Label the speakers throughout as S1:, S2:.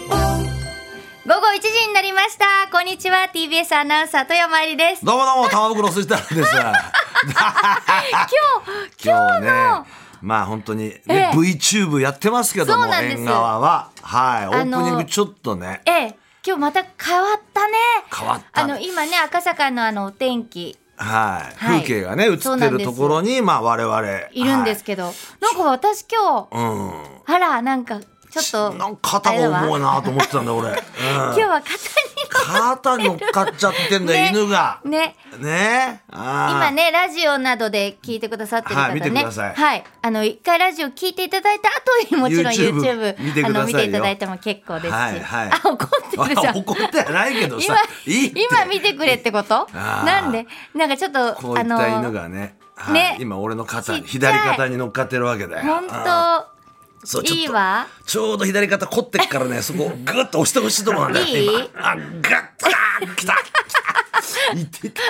S1: 午後1時になりましたこんにちは TBS アナウンサー富山えりです
S2: どうもどうも、玉袋筋太 郎です。
S1: 今日
S2: 今
S1: 今
S2: 日
S1: 日
S2: ね
S1: の、
S2: まあ本当にね、
S1: ええ
S2: VTube やってますけど
S1: そう
S2: も、
S1: なんです
S2: 縁側は。はい、オ
S1: あ
S2: ー
S1: の
S2: プニングちょっとね、
S1: ええ今日また変わったね
S2: 変わっ
S1: あ
S2: た。
S1: の今ね赤坂のあのお天気
S2: はい、
S1: はい
S2: 風景がね、映っ
S1: そう
S2: て
S1: なんで
S2: る
S1: す
S2: ところに、まあ我々。
S1: いるんです
S2: け
S1: けど、なんか私今日
S2: ど。うん。
S1: あらなんかちょっと
S2: なんか肩が重い
S1: い
S2: なと思ってたんだ、俺。うん
S1: 今日は肩
S2: 肩に乗っかっちゃってんだよ、
S1: ね
S2: 犬が。
S1: にね
S2: ね。
S1: 今
S2: 今。
S1: ねラジオなどで聞いてくださってる方ね、
S2: はい見てください
S1: はいあの一回ラジオ聞いていただいた後にもちろん
S2: YouTube
S1: YouTube,
S2: 見てくださいよ
S1: あの見ていただいても結構ですし、
S2: はいはい
S1: あ怒ってるじゃん。
S2: 怒ってはないけどさ
S1: 今。
S2: いいって
S1: 今見てくれってこと
S2: あー
S1: なんでなんかちょっと
S2: こうい
S1: あ
S2: った犬
S1: の
S2: がね、はい
S1: ね
S2: 今俺の肩に
S1: ちっちゃい
S2: 左肩に乗っかってるわけだよ。うん
S1: 本
S2: そう
S1: 当いい
S2: ちょっと
S1: わ
S2: ちょうど左肩凝ってっからね、そこグッと押してほしいところなんだよ。
S1: いい
S2: 今あ、ガッあー来た来たいてて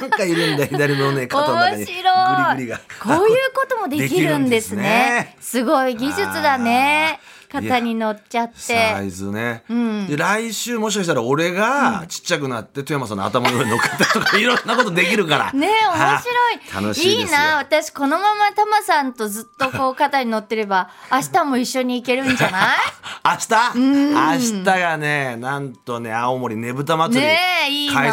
S2: なんかいるんだよ左のね、肩の中に。
S1: 面白い
S2: グリグリが。
S1: こういうこともできるんですねすごい技術だね
S2: あー
S1: 肩に乗っちゃっ
S2: サ
S1: て
S2: イズね、
S1: ん
S2: で来週もしかしたら俺がちっちゃくなって富山さんの頭の上に乗っかったりとかいろんなことできるから
S1: ね面白い
S2: は楽しいですよ
S1: な私このままタマさんとずっとこう肩に乗ってれ ば明日も一緒に行けるんじゃない
S2: 明日明日がねなんとね青森ねぶた祭り
S1: ねえいいなあ
S2: 開催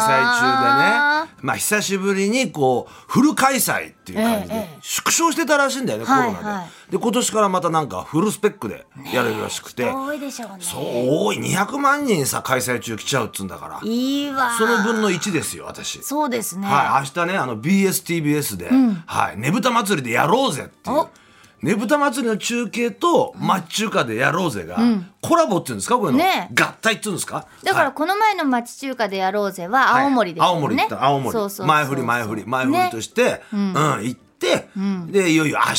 S2: 中でねまあ久しぶりにこうフル開催っていう感じで、
S1: えええ
S2: 縮小してたらしいんだよね、
S1: はい
S2: コロナで、
S1: はい
S2: で今年からまたなんかフルスペックでやれるらしくて、
S1: 多いでしょうね
S2: そう多い200万人さ開催中来ちゃうっつうんだから
S1: いいわ
S2: その分の1ですよ私。
S1: そうですね、
S2: はい、明日ねあの BSTBS で、はい、ねぶた祭りでやろうぜっていう
S1: お
S2: ねぶた祭りの中継と町中華でやろうぜが、コラボっていうんですかこういうの、
S1: ねえ
S2: 合体っていうんですか
S1: だから
S2: は
S1: この前の町中華でやろうぜはい青森ですよね、
S2: 青森行った青森
S1: そうそうそう
S2: 前振り前振り前振りと
S1: ね
S2: して、うん行って、でいよいよ明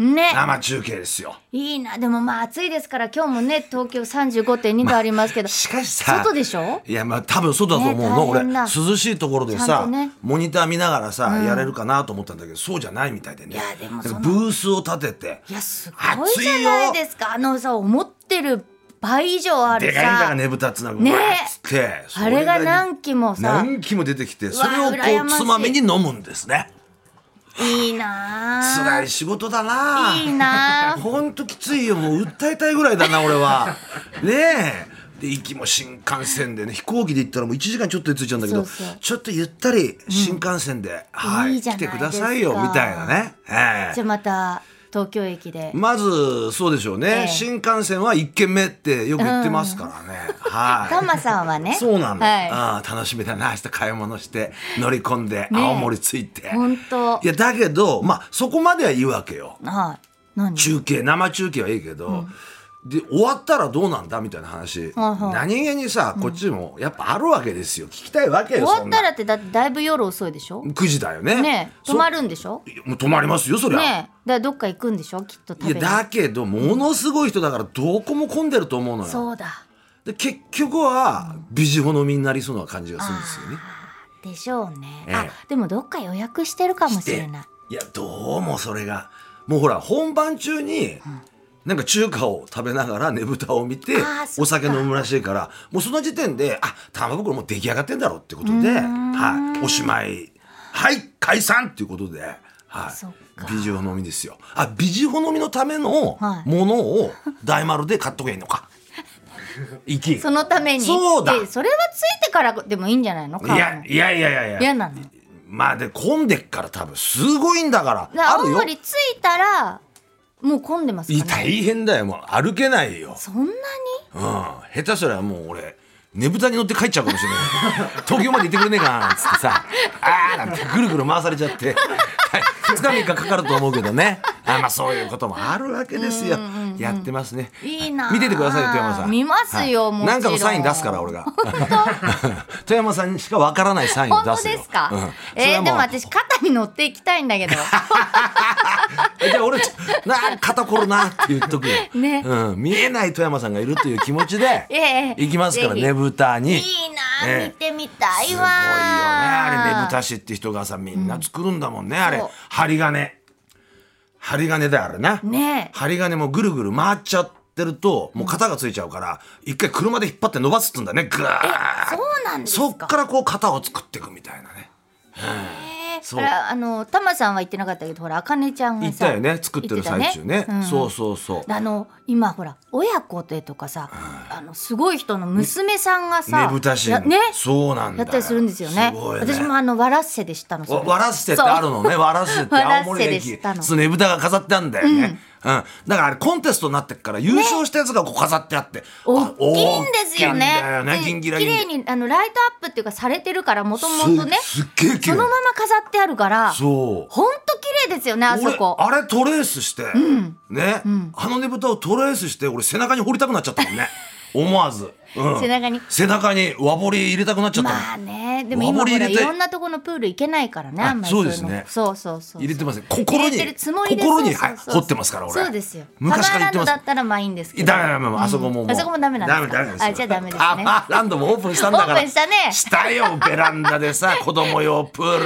S2: 日、
S1: ね
S2: 生中継ですよ
S1: いいなでもまあ暑いですから今日もね東京35.2度ありますけど、
S2: しかしさ
S1: 外でしょ
S2: いやまあ多分外だと思うの、
S1: ね大
S2: 俺
S1: 変だ
S2: 涼しいところで
S1: ちゃん
S2: さ、
S1: とね
S2: モニター見ながらさ、やれるかなと思ったんだけどそうじゃないみたいでね
S1: いやでも
S2: だ
S1: そ
S2: か
S1: の
S2: らブースを立てて
S1: いやすごいじゃないですかあのさ思ってる倍以上あ
S2: で
S1: る
S2: かいんだか
S1: さ
S2: らねぶたつなぐ
S1: ね
S2: わーっつってそ
S1: あれが何機もさ
S2: 何機も出てきて
S1: わ
S2: そ
S1: ー
S2: れをこ
S1: 羨
S2: う
S1: ましい
S2: つまみに飲むんですね
S1: いいなあ
S2: 辛い仕事だない
S1: いな あ
S2: ほんときついよもう訴えたいぐらいだな俺はねえで行きも新幹線でね飛行機で行ったらもう1時間ちょっとで着いちゃうんだけど
S1: そうそう
S2: ちょっとゆったり新幹線で、はい
S1: いいじゃ
S2: 来
S1: ないで
S2: て
S1: す
S2: く
S1: か
S2: ださいよみたいなね、え
S1: じゃ
S2: え
S1: あまた東京駅で
S2: まずそうでしょうね、
S1: ええ
S2: 新幹線は1軒目ってよく言ってますからね、はい
S1: タマさんはね
S2: そうなんだ、
S1: はい
S2: ああ楽しみだな明日買い物して乗り込んで青森着いて、
S1: 本当
S2: いやだけどまあそこまではいいわけよ
S1: はい何
S2: 中継生中継はいいけど、で終わったらどうなんだみたいな話、
S1: はいはい
S2: 何気にさこっちもやっぱあるわけですよ聞きたいわけ
S1: 終
S2: よ
S1: わ
S2: そん
S1: っ
S2: な
S1: たらってだってだいぶ夜遅いでしょ
S2: 9時だよね
S1: ねえ
S2: そ
S1: 泊まるんでしょ
S2: もう止まりますよそりゃ、
S1: ねえだからどっか行くんでしょきっと食
S2: い
S1: べ
S2: や
S1: に
S2: だけどものすごい人だからどこも混んでると思うのよ
S1: そうだ
S2: で結局はビジ好みになりそうな感じがするんですよね
S1: あーでしょうね、
S2: ええ
S1: あでもどっか予約してるかもしれない
S2: いやどうもそれがもうほら本番中に、なんか中華を食べながらねぶたを見て
S1: あーそっか
S2: お酒飲むらしいからもうその時点であ玉袋もう出来上がってんだろうってことで、はい、おしまいはい解散っていうことで、は
S1: そっ
S2: い、
S1: か
S2: 美女好みですよあ美女好みのためのも
S1: はい
S2: のを大丸で買っとけばいい のか粋
S1: そのために
S2: そうだ
S1: でそれはついてからでもいいんじゃないの
S2: い
S1: 買うの
S2: やいやいやいやい
S1: 嫌
S2: や
S1: なの
S2: まあで混んでっから多分すごいんだから
S1: だから
S2: あ
S1: 青
S2: るよ
S1: 森着いたらもう混んでます
S2: い
S1: かね
S2: 大変だよもう歩けないよ、
S1: そんなに
S2: うん、下手したらもう俺ねぶたに乗って帰っちゃうかもしれない 東京まで行ってくれねえかなっつってさあーなんてぐるぐる回されちゃって2日3日かかると思うけどねあまあそういうこともあるわけですよやってますね
S1: いいなあ
S2: 見ててくださいよ富山さん
S1: 見ますよ
S2: はい
S1: もちろん
S2: なんかのサイン出すから俺が 富山さんにしかわからないサインを
S1: 本
S2: 出
S1: 当
S2: すよ
S1: ですか、
S2: うんそれ
S1: え
S2: は
S1: ー
S2: う
S1: でも私肩に乗っていきたいんだ けど
S2: えじゃあ俺ちょな肩こるなって言っとくよ、
S1: ね
S2: うん、見えない富山さんがいるという気持ちで
S1: ええ
S2: 行きますから
S1: ぜひ
S2: ねぶた
S1: い
S2: に
S1: いな、
S2: え
S1: 見
S2: え
S1: てみたいわ
S2: すごいよねあれねぶた師って人がさみんな作るんだもんね、あれ
S1: そう
S2: 針金針金だよあれな、
S1: ねえ
S2: 針金もぐるぐる回っちゃっってるともう肩がついちゃうから一回車で引っ張って伸ばすってんだねぐー
S1: そうなんです
S2: そっ
S1: か
S2: からこう型を作っていくみたいなね
S1: へー
S2: そう
S1: あらあのタマさんは言ってなかったけどほらあかねちゃんが
S2: 行っ
S1: さ
S2: たよね作ってる最中ね
S1: 行ってたん
S2: そうそうそう
S1: あの今ほら親子でとかさ、あのすごい人の娘さんがさ
S2: ねぶた師
S1: やね
S2: そうなん
S1: や
S2: だよ
S1: ったりするんですよね
S2: すごいね
S1: 私もあのわらっせでしたのそ
S2: わ
S1: れ
S2: わらせてってあるの ねわらせてって青森
S1: わらせで
S2: 駅
S1: したの
S2: そのねぶたが飾ってあるんだよね、うんだからあれコンテストになってっから優勝したやつがこう飾ってあって、
S1: 大
S2: あ
S1: きいんですよね
S2: 大きい
S1: で
S2: んだよねギンギ
S1: 綺
S2: ラギンギラ
S1: 麗にあのライトアップっていうかされてるからもともとね
S2: すすっげえ綺
S1: そのま
S2: 麗
S1: ま飾ってあるからほん
S2: そう
S1: と綺麗ですよねあそこ
S2: 俺あれトレースして、ね、あのねぶたをトレースして俺背中に掘りたくなっちゃった もんね思わず、うん
S1: 背中に
S2: 背中に輪彫り入れたくなっちゃったもん、
S1: まあねでも今ほ
S2: 輪彫り
S1: ら
S2: 入れ
S1: い
S2: て
S1: ろんなとこのプール行けないからね
S2: あ
S1: あんまり
S2: そう
S1: いの
S2: ですね
S1: そうそうそう
S2: 入れてません心に
S1: 入れてるつもりで
S2: 心に
S1: そう
S2: は
S1: そそ
S2: いう
S1: う
S2: 掘ってますから俺
S1: そうですよ
S2: 昔から言ってます
S1: タマランドだったらまあいいんですけど
S2: ダメダメダメあそこももう、
S1: あそこもダメなんですか
S2: ダメダメですよ
S1: あじゃあダメですね
S2: あまあランドもオープンしたんだから
S1: オープンしたね
S2: したよベランダでさ子供用プール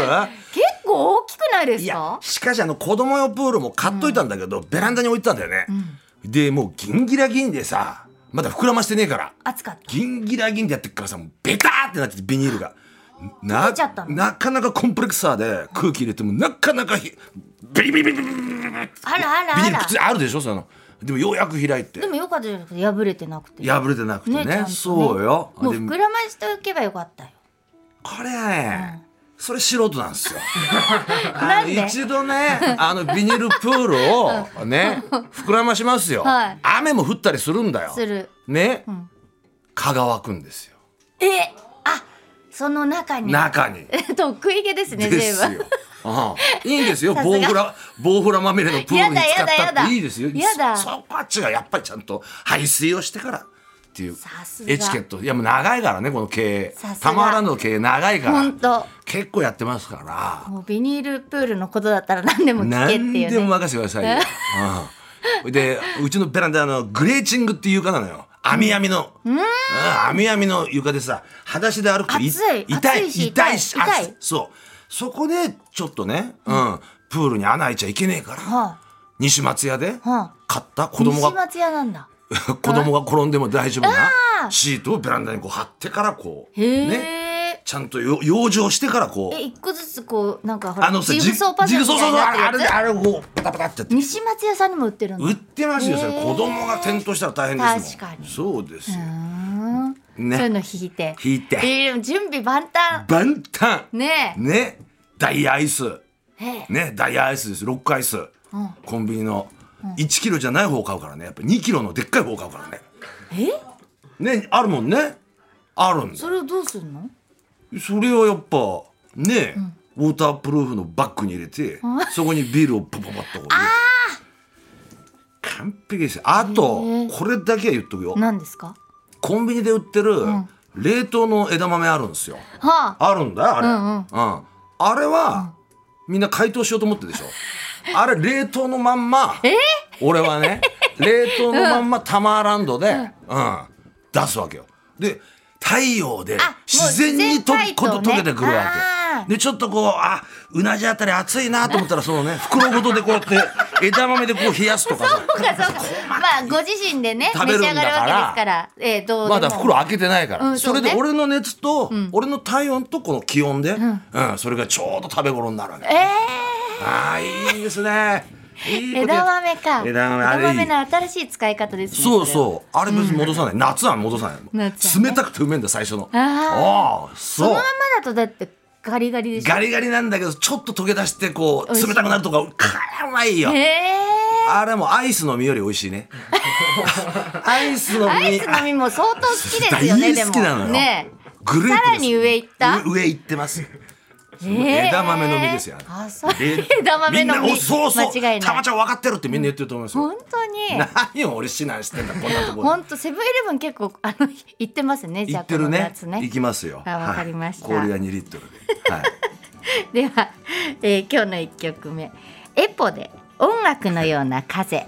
S1: 結構大きくないです
S2: いや
S1: か
S2: しかしあの子供用プールも買っといたんだけど、ベランダに置いてたんだよね、でもうギンギラギンでさまだ膨らましてねえから
S1: 暑かった
S2: ギンギラギンでやってっからさもうベターってなっててビニールがな
S1: 出ちゃったの
S2: なかなかコンプレックサーで空気入れてもなかなかひビリビリビリビリビリビリビリ
S1: あらあら
S2: ビニ
S1: あ
S2: ール
S1: ら
S2: 口あるでしょそのでもようやく開いて
S1: でもよかったじゃなくて破れてなくて
S2: 破れてなくてね
S1: ちゃんと
S2: そうよ
S1: もう
S2: で
S1: 膨らましておけばよかったよ
S2: これね、それ素人なんですよ
S1: なんで
S2: あの一度ね あのビニールプールをね膨らましますよ、
S1: はい
S2: 雨も降ったりするんだよ
S1: する
S2: ね、香川くんですよ
S1: えあその中に
S2: 中に
S1: 得意げですね
S2: で
S1: 全
S2: す
S1: 部
S2: よ、うん、いいんですよ
S1: さす
S2: 棒
S1: が
S2: フラ棒フラまみれのプールに使
S1: やだ
S2: っ
S1: や
S2: た
S1: だ
S2: っていいですよ
S1: やだ
S2: そそこは違うやっぱりちゃんと排水をしてからっていう
S1: さすが
S2: エチケットいやもう長いからねこの経営
S1: さすが
S2: タマーランドの経営長いから
S1: ほんと
S2: 結構やってますから
S1: もうビニールプールのことだったら何でも聞けってい
S2: 何で
S1: う
S2: も
S1: ね
S2: 任せてくださいよ。うん、でうちのベランダあのグレーチングっていう床なのよ網網の、うん、網網の床でさ裸足で歩くと
S1: 暑い
S2: 痛い
S1: 暑いし
S2: 痛いし
S1: 痛い痛
S2: 暑
S1: い
S2: そうそこでちょっとね、うんプールに穴開いちゃいけねえから、
S1: は
S2: 西松屋で
S1: はあ
S2: 買った子供
S1: 西
S2: が
S1: 松屋なんだ
S2: 子供が転んでも大丈夫
S1: あ
S2: な
S1: ー
S2: シートをベランダにこう張ってからこう
S1: へえ、
S2: ねちゃんとよ養生してからこ
S1: え
S2: う
S1: 一個ずつこうなんかほら
S2: あのさ
S1: ジグソーパズ
S2: ジ
S1: ル
S2: グ
S1: みた
S2: ソ
S1: いに
S2: ーそうそう
S1: なってるや
S2: あ
S1: つ
S2: れあれをこうパタパタってやって
S1: 西松屋さんにも売ってるんだ
S2: 売ってますよそれ
S1: へー
S2: 子供が転倒したら大変ですもん
S1: 確かに
S2: そうですよ
S1: うん
S2: ね
S1: そういうの引いて
S2: 引いて
S1: えーでも準備万端
S2: 万端
S1: ね
S2: ねダイヤアイス
S1: ええ
S2: ねダイヤアイスですロックアイスコンビニの1キロじゃない方を買うからねやっぱ2キロのでっかい方を買うからね
S1: ええ
S2: ねあるもんねあるんだ
S1: それをどうするの
S2: それはやっぱねウォータープルーフのバッグに入れてそこにビールをバババッとこう入れて完璧ですよあと
S1: へー
S2: これだけは言っとくよ
S1: 何ですか
S2: コンビニで売ってる冷凍の枝豆あるんですよ
S1: はあ
S2: あるんだよあれ、
S1: う
S2: うん
S1: う
S2: ん
S1: ん
S2: あれは、みんな解凍しようと思ってるでしょあれ冷凍のまんま俺はね冷凍のまんまタマーランドで、うん出すわけよで太陽で
S1: あ
S2: 自然にと
S1: もう自然解凍ね
S2: こと溶けてくるわ
S1: あー
S2: けでちょっとこうあうなじあたり熱いなと思ったらそのね袋ごとでこうやって枝豆でこう冷やすとかさ
S1: そうか そうかまあご自身でね
S2: 食
S1: 召
S2: べ
S1: し
S2: るんだ
S1: 上がるわけですからええどうでも
S2: まだ袋開けてないから、
S1: うんそ
S2: そう
S1: ね
S2: れで俺の熱と、俺の体温とこの気温で、うんそれがちょうど食べ頃になるわけ
S1: え
S2: ああいいです ね。いい
S1: え
S2: こと
S1: 枝豆か
S2: 枝豆あれいい
S1: の新しい使い方ですね
S2: そう
S1: れ
S2: そう、あれ別に戻さない、夏は戻さない。
S1: 夏はね
S2: 冷たくてうめえんだ最初の。
S1: あ
S2: ああ、
S1: その
S2: そ
S1: ま
S2: う
S1: ま。だとだってガリガリでしょ
S2: ガリガリなんだけど、ちょっと溶け出して、こ
S1: 美味し
S2: う
S1: い
S2: 冷たくなるとか、からうまいよ
S1: へ。え
S2: あれもアイスの実より美味しいね。 アイスの実。
S1: アイスの実も相当好きですよね
S2: 大好きなのよ
S1: でもね
S2: グレープです
S1: さらに上行った
S2: う上行ってます。
S1: え
S2: 枝豆の実ですよ。
S1: あそう
S2: で
S1: 枝豆の実
S2: みんなおそうそう。
S1: 間違いない
S2: たまちゃん分かってるってみんな言ってると思いますよ。
S1: 本当に
S2: 何を俺指南してんだこんなところで。
S1: 本当セブンイレブン結構あの行ってますねじゃ
S2: 行
S1: あ
S2: って
S1: こ
S2: る
S1: の
S2: ね
S1: 夏ね
S2: 行きますよ
S1: あわかりました
S2: はい、氷は2リットルで、はい、
S1: では、えー今日の一曲目エポで音楽のような風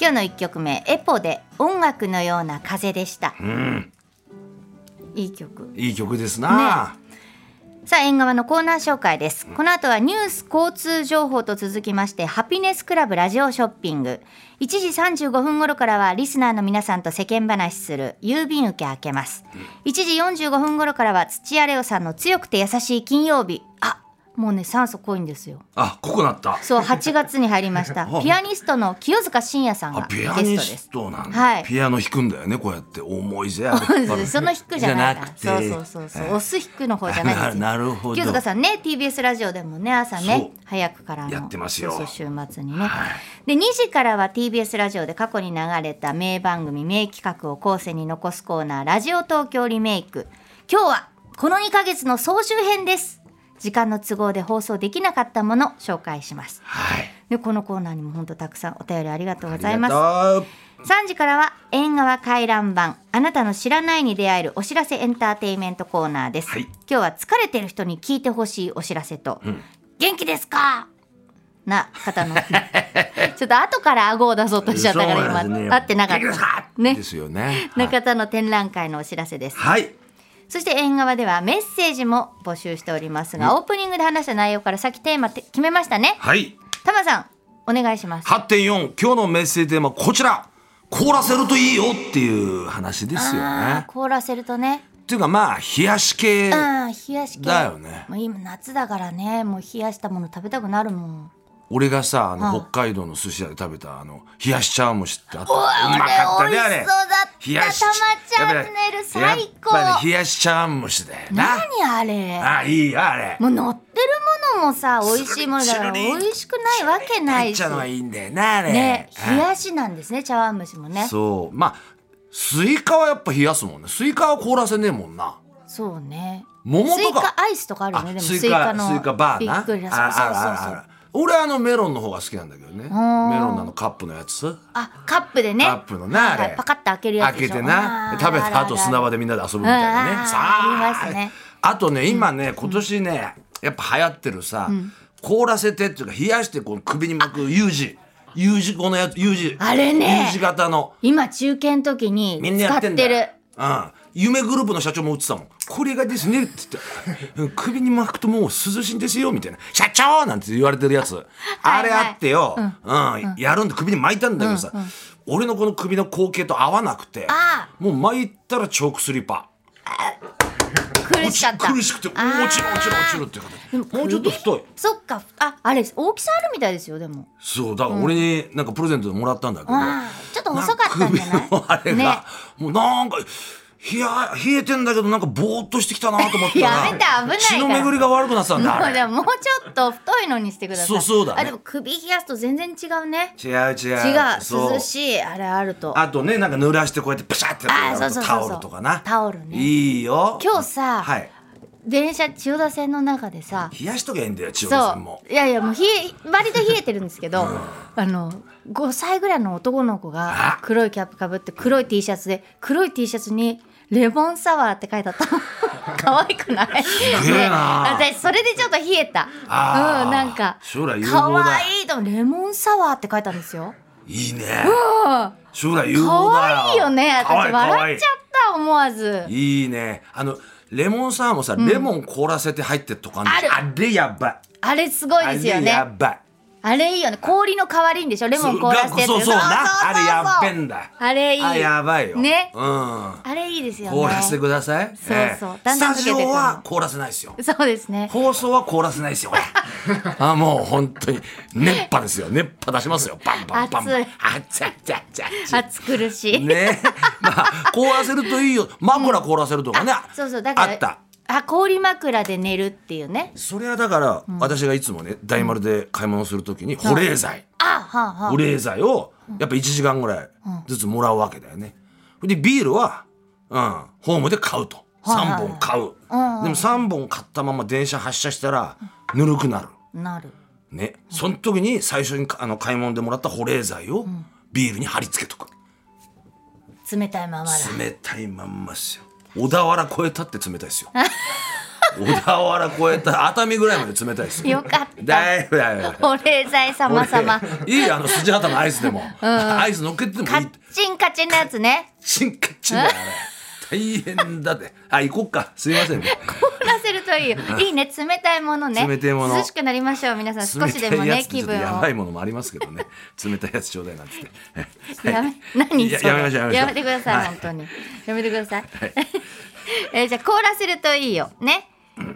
S1: 今日の1曲目「エポ」で「音楽のような風」でした、いい曲
S2: いい曲ですな、
S1: さあ縁側のコーナー紹介ですこの後はニュース交通情報と続きましてハピネスクラブラジオショッピング1時35分頃からはリスナーの皆さんと世間話する郵便受け開けます1時45分頃からは土屋レオさんの強くて優しい金曜日あもうね酸素濃いんですよ
S2: あ濃くなった
S1: そう8月に入り ましたピアニストの清塚信也さん
S2: あ
S1: がゲ
S2: ピ
S1: ス
S2: ア
S1: ト
S2: ニ
S1: で
S2: ス
S1: す
S2: トなんだ、
S1: はい
S2: ピアノ弾くんだよねこうやって重いぜあれ
S1: そうですその引くじゃないか
S2: じゃ
S1: ら
S2: なくて
S1: そうそうそうそう、押す引くの方じゃないんですよ
S2: ななるほど
S1: 清塚さんね TBS ラジオでもね朝
S2: そ
S1: ね
S2: う
S1: 早くからあの
S2: やってますよ
S1: そうそう週末にね、で2時からは TBS ラジオで過去に流れた名番組名企画を後世に残すコーナー「ラジオ東京リメイク」今日はこの2ヶ月の総集編です時間の都合で放送できなかったもの紹介します
S2: はい
S1: でこのコーナーにも本当たくさんお便りありがとうござ
S2: あ
S1: い
S2: り
S1: ます
S2: がとう
S1: 3時からは縁側回覧版あなたの知らないに出会えるお知らせエンターテインメントコーナーです、
S2: はい
S1: 今日は疲れてる人に聞いてほしいお知らせと、元気ですかな方の ちょっと後から顎を出そうとしちゃったから
S2: そう
S1: 今、
S2: なんですね
S1: 合ってなかっ
S2: 元気です
S1: た
S2: か
S1: ね
S2: ですよね
S1: 中田の展覧会のお知らせです
S2: はい
S1: そして縁側ではメッセージも募集しておりますが、オープニングで話した内容から先テーマて決めましたね
S2: はい
S1: タマさんお願いします
S2: 8.4今日のメッセージテーマこちら凍らせるといいよっていう話ですよ
S1: あ
S2: ね
S1: ー凍らせるとね
S2: っていうかまあ冷やし系
S1: ああ冷やし系
S2: だよね
S1: もう今夏だからねもう冷やしたもの食べたくなるもん
S2: 俺がさあ
S1: う
S2: の
S1: ん
S2: 北海道の寿司屋で食べたあの冷やし茶碗蒸しってあったう
S1: あれ
S2: まかった
S1: 美
S2: ねあ
S1: 味し
S2: れ
S1: そうだった
S2: 冷やし
S1: 玉チャンネル最高
S2: やっぱり冷やし茶碗蒸しだよな
S1: 何あれ
S2: あいいよあれ
S1: もう乗ってるものもさ美味しいものだから
S2: つるりん
S1: 美味しくないわけないし
S2: 入っちゃうのがいいんだよなあれ
S1: ね
S2: うん
S1: 冷やしなんですね茶碗蒸しもね
S2: そうまあスイカはやっぱ冷やすもんねスイカは凍らせねえもんな
S1: そうね
S2: 桃とか
S1: スイカアイスとかあるよねでも
S2: スイカ
S1: スイカの
S2: スイカバー
S1: び
S2: な
S1: っくりだ
S2: あ
S1: そう
S2: あ
S1: そう
S2: あ
S1: そうそ
S2: あ
S1: う
S2: あ俺あのメロンの方が好きなんだけどねメロンのあのカップのやつ
S1: あカップでね
S2: カップのなあれ
S1: はいはいパカッと開けるや
S2: 開
S1: つで
S2: け
S1: しょ
S2: てな
S1: ー
S2: 食べた
S1: あるある
S2: 後
S1: ある
S2: 砂場でみんなで遊ぶみたいなね
S1: うんあー
S2: さ
S1: ありますね
S2: あとね今ね今年ねやっぱ流行ってるさ凍らせてっていうか冷やしてこう首に巻く U 字 U 字このやつ U 字
S1: あれね
S2: U 字型の
S1: 今中堅の時に
S2: みんな
S1: 使
S2: や
S1: っ
S2: ってんだ
S1: て
S2: よ
S1: る
S2: うん、夢グループの社長も打ってたもん「これがですね」っつって うん「首に巻くともう涼しいんですよ」みたいな「社長!」なんて言われてるや つあれあってよ、うんやるんで首に巻いたんだけどさ、俺のこの首の光景と合わなくて
S1: あ
S2: もう巻いたらチョークスリーパー
S1: 苦しかった
S2: 苦しくて落ちる落ちる落ちるって
S1: で
S2: 形もうちょっと太い
S1: 首そっかああれ大きさあるみたいですよでも
S2: そうだから俺になんかプレゼントでもらったんだけど、
S1: あーちょっと細かったんじゃない
S2: 首のあれが、
S1: ね
S2: もうなんか冷や冷えてんだけどなんかぼーっとしてきたなと思ったら
S1: やめて危ないから
S2: 血の巡りが悪くなってたんだ
S1: も
S2: あ
S1: うで
S2: れ
S1: ももうちょっと太いのにしてください
S2: そうそうだね
S1: あでも首冷やすと全然違うね
S2: 違う違う
S1: 違う
S2: そう
S1: 涼しいあれあると
S2: あとねなんか濡らしてこうやってプシャってやる
S1: あーそうそうそう
S2: タ
S1: そう
S2: オルとかな
S1: タオルね
S2: いいよ
S1: 今日さ
S2: はい
S1: 電車千代田線の中でさ
S2: 冷やしときゃいいんだよ千代田さんも
S1: そういやいやもう冷え割と冷えてるんですけど、あの5歳ぐらいの男の子が
S2: あ
S1: 黒いキャップかぶって黒い T シャツで黒い T シャツに「レモンサワー」って書いてあ った可愛くない
S2: げえな
S1: ね私それでちょっと冷えた
S2: あー
S1: うんなんか
S2: 将来有望だ
S1: 可愛いと思うレモンサワーって書いてあるんですよ
S2: いいね
S1: うん
S2: 将来有望だよ
S1: 可愛いよね
S2: 可愛
S1: 私
S2: い可愛
S1: 笑
S2: い
S1: っちゃった思わず
S2: いいねあのレモンサワーもさ、レモン凍らせて入ってるとかあんじゃんあれやばい
S1: あれすごいですよ
S2: あれや
S1: ね
S2: ばい
S1: あれいいよね氷の代わりにでしょレモン凍らせてって
S2: そうそうそうなあれやっべ
S1: ん
S2: んだ
S1: あれいい
S2: あやばいよ
S1: ね
S2: うん
S1: あれいいですよね。
S2: 凍らせてくださ
S1: そう
S2: い
S1: そう
S2: ええ
S1: だん
S2: ス
S1: だん溶け
S2: タジ
S1: てくる
S2: オは凍らせないですよ
S1: そうですね。
S2: 放送は凍らせないですよ俺あもう本当に熱波ですよ熱波出しますよバンバンバンバン
S1: 熱い
S2: あっちゃっちゃっちゃっちゃ
S1: 暑苦しい。
S2: ねまあ凍らせるといいよ枕凍らせるとかね、
S1: あそうそうだから
S2: あった
S1: あ氷枕で寝るっていうね。
S2: それはだから、私がいつもね大丸で買い物するときに保冷剤、
S1: あはあは
S2: 保冷剤をやっぱ1時間ぐらいずつもらうわけだよね。でビールは、うん、ホームで買うと
S1: はい
S2: 3
S1: はい
S2: 本買う、でも3本買ったまま電車発車したらぬるくなる。
S1: あなる。
S2: ね、その時に最初にかあの買い物でもらった保冷剤をビールに貼り付けとく、
S1: 冷たいままだ。
S2: 冷たいまんまっすよ小田原超えたって冷たいですよ小田原越えた熱海ぐらいまで冷たいです
S1: よかった
S2: だいぶだいぶ
S1: お礼罪様様カ
S2: 俺いいあの筋旗のアイスでも、アイス乗っけてもいい
S1: ッチンカチンのやつね
S2: チンカッチンだよあれ大変だってあ行こっかすいませんね
S1: 凍らせるといいよいいね冷たいものね
S2: 冷たいもの
S1: 涼しくなりましょう皆さん少しでも
S2: 冷たいや
S1: ね
S2: つ
S1: 気
S2: ちょっと
S1: 分を
S2: やばいものもありますけどね冷たいやつちょうだいなんつって
S1: やめ、何
S2: いや
S1: それ
S2: やめましょうやめましょう
S1: てください、
S2: はい
S1: 本当に。やめてください。 えーじゃあ凍らせるといいよ。ね。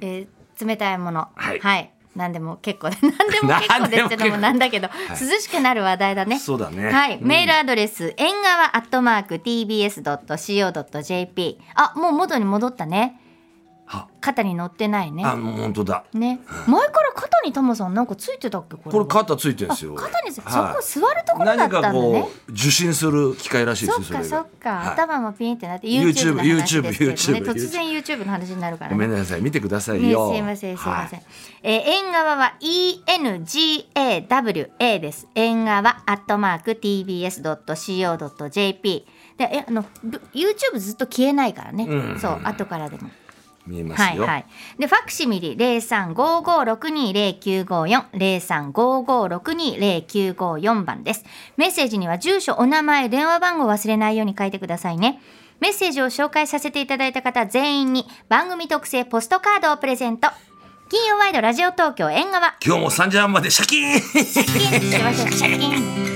S1: えー冷たいもの。
S2: はい
S1: 何でも結構で 何でも結構ですってのもなんだけど、涼しくなる話題だね。
S2: そうだね
S1: はい。
S2: うん
S1: メールアドレス、縁側アットマーク tbs.co.jp。あ、もう元に戻ったね
S2: あ。
S1: 肩に乗ってないね。
S2: あもう本当だ
S1: ね。前から肩にタモさんなんかついてたっけこれ
S2: こ
S1: は。
S2: れ肩ついてるんですよ
S1: 肩にそこ
S2: はい
S1: 座るところだっ
S2: 何
S1: たんだ
S2: か
S1: ね
S2: こ。う受信する機械らしいです
S1: そ
S2: よ
S1: っ
S2: それ
S1: かそ
S2: が
S1: っか、
S2: はい
S1: 頭もピンってなって
S2: YouTube
S1: YouTube の話ですけどね
S2: YouTube
S1: 突然 YouTube の話になるから
S2: ごめ
S1: ね
S2: んなさい見てください
S1: ね、
S2: よ
S1: すいませんすいません、
S2: は
S1: えー縁側は ENGAWA です縁側アットマーク TBS.CO.JP でえあのぶ YouTube ずっと消えないからね、
S2: うん
S1: そう後からでも
S2: 見えま
S1: は
S2: す
S1: い
S2: よ
S1: はい。でファクシミリ零三五五六二零九五四零三五五六二零九五四番です。メッセージには住所お名前電話番号を忘れないように書いてくださいね。メッセージを紹介させていただいた方全員に番組特製ポストカードをプレゼント。金曜ワイドラジオ東京縁側。
S2: 今日も3時半までシャキーン
S1: シャキンってしてましょう。シャキン。